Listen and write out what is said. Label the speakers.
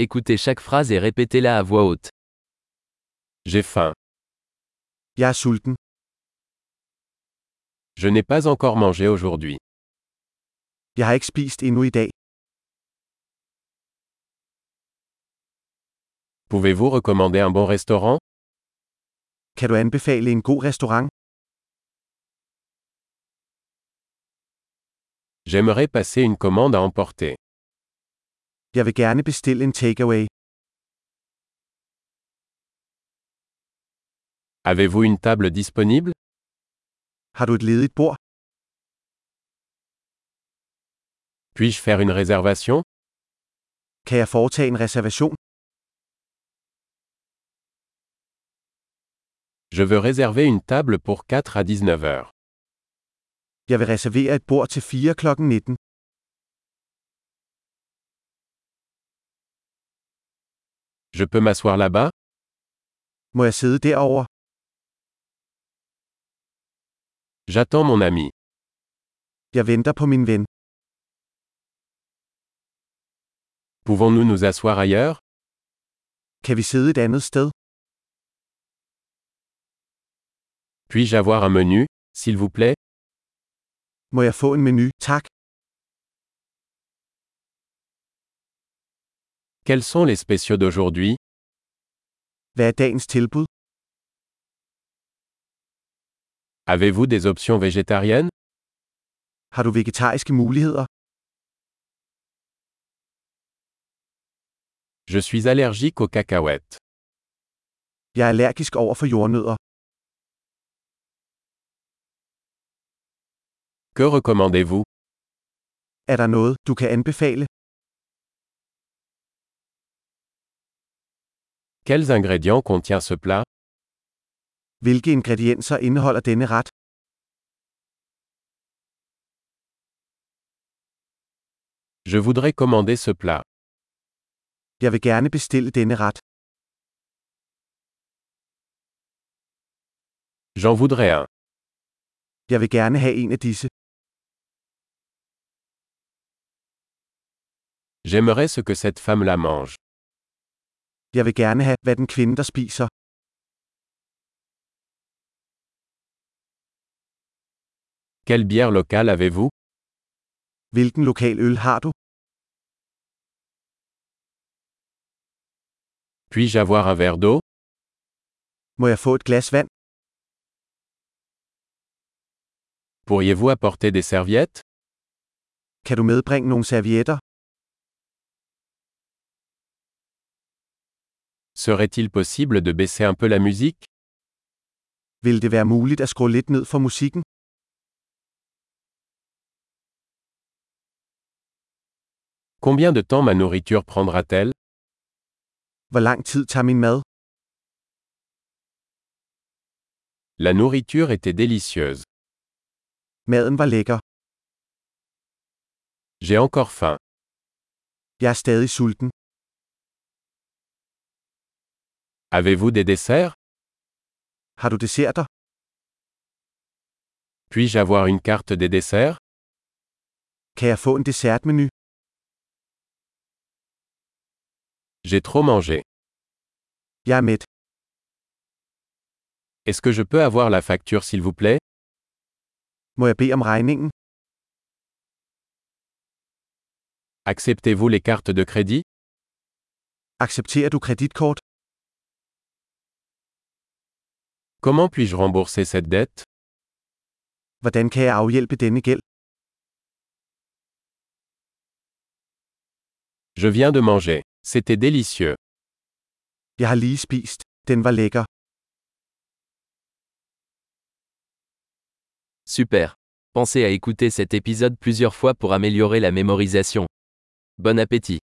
Speaker 1: Écoutez chaque phrase et répétez-la à voix haute.
Speaker 2: J'ai faim.
Speaker 3: Jeg er sulten.
Speaker 2: Je n'ai pas encore mangé aujourd'hui.
Speaker 3: Jeg har ikke spist endnu i dag.
Speaker 2: Pouvez-vous recommander un bon restaurant
Speaker 3: Kan du anbefale en god restaurant?
Speaker 2: J'aimerais passer une commande à emporter.
Speaker 3: Jeg vil gerne bestille en takeaway.
Speaker 2: Avez-vous une table disponible
Speaker 3: Har du et ledigt bord?
Speaker 2: Puis-je faire une réservation
Speaker 3: Kan jeg foretage en reservation?
Speaker 2: Je veux réserver une table pour 4 à 19 heures.
Speaker 3: Jeg vil reservere et bord til 4 kl. 19.
Speaker 2: Je peux m'asseoir là-bas
Speaker 3: Må jeg sidde derovre?
Speaker 2: J'attends mon ami.
Speaker 3: Jeg venter på min ven.
Speaker 2: Pouvons-nous nous asseoir ailleurs
Speaker 3: Kan vi sidde et andet sted?
Speaker 2: Puis-je avoir un menu, s'il vous plaît
Speaker 3: Må jeg få en menu? Tak.
Speaker 2: Quels sont les spéciaux d'aujourd'hui
Speaker 3: Hvad er dagens tilbud?
Speaker 2: Avez-vous des options végétariennes
Speaker 3: Har du vegetariske muligheder?
Speaker 2: Je suis allergique aux cacahuètes.
Speaker 3: Jeg er allergisk over for jordnødder.
Speaker 2: Que recommandez-vous
Speaker 3: Er der noget, du kan anbefale?
Speaker 2: Quels ingrédients contient ce plat
Speaker 3: Hvilke ingredienser indeholder denne ret?
Speaker 2: Je voudrais commander ce plat.
Speaker 3: Jeg vil gerne bestille denne ret.
Speaker 2: J'en voudrais un.
Speaker 3: Jeg vil gerne have en af disse.
Speaker 2: J'aimerais ce que cette femme la mange.
Speaker 3: Jeg vil gerne have, hvad den kvinde, der spiser.
Speaker 2: Quelle bière locale avez-vous
Speaker 3: Hvilken lokal øl har du?
Speaker 2: Puis-je avoir un verre d'eau
Speaker 3: Må jeg få et glas vand?
Speaker 2: Pourriez-vous apporter des serviettes
Speaker 3: Kan du medbringe nogle servietter?
Speaker 2: Serait-il possible de baisser un peu la musique
Speaker 3: Vil det være muligt at skrue lidt ned for musikken?
Speaker 2: Combien de temps ma nourriture prendra-t-elle
Speaker 3: Hvor lang tid tager min mad?
Speaker 2: La nourriture était délicieuse.
Speaker 3: Maden var lækker.
Speaker 2: J'ai encore faim.
Speaker 3: Jeg er stadig sulten.
Speaker 2: Avez-vous des desserts
Speaker 3: Har du desserter?
Speaker 2: Puis-je avoir une carte des desserts
Speaker 3: Kan jeg få en dessertmenu?
Speaker 2: J'ai trop mangé.
Speaker 3: Jeg er mæt.
Speaker 2: Est-ce que je peux avoir la facture s'il vous plaît
Speaker 3: Må jeg bede om regningen?
Speaker 2: Acceptez-vous les cartes de crédit
Speaker 3: Accepterer du kreditkort?
Speaker 2: Comment puis-je rembourser cette dette
Speaker 3: Hvordan kan jeg afhjælpe denne gæld?
Speaker 2: Je viens de manger. C'était délicieux.
Speaker 3: Jeg har lige spist. Den var lækker.
Speaker 1: Super. Pensez à écouter cet épisode plusieurs fois pour améliorer la mémorisation. Bon appétit.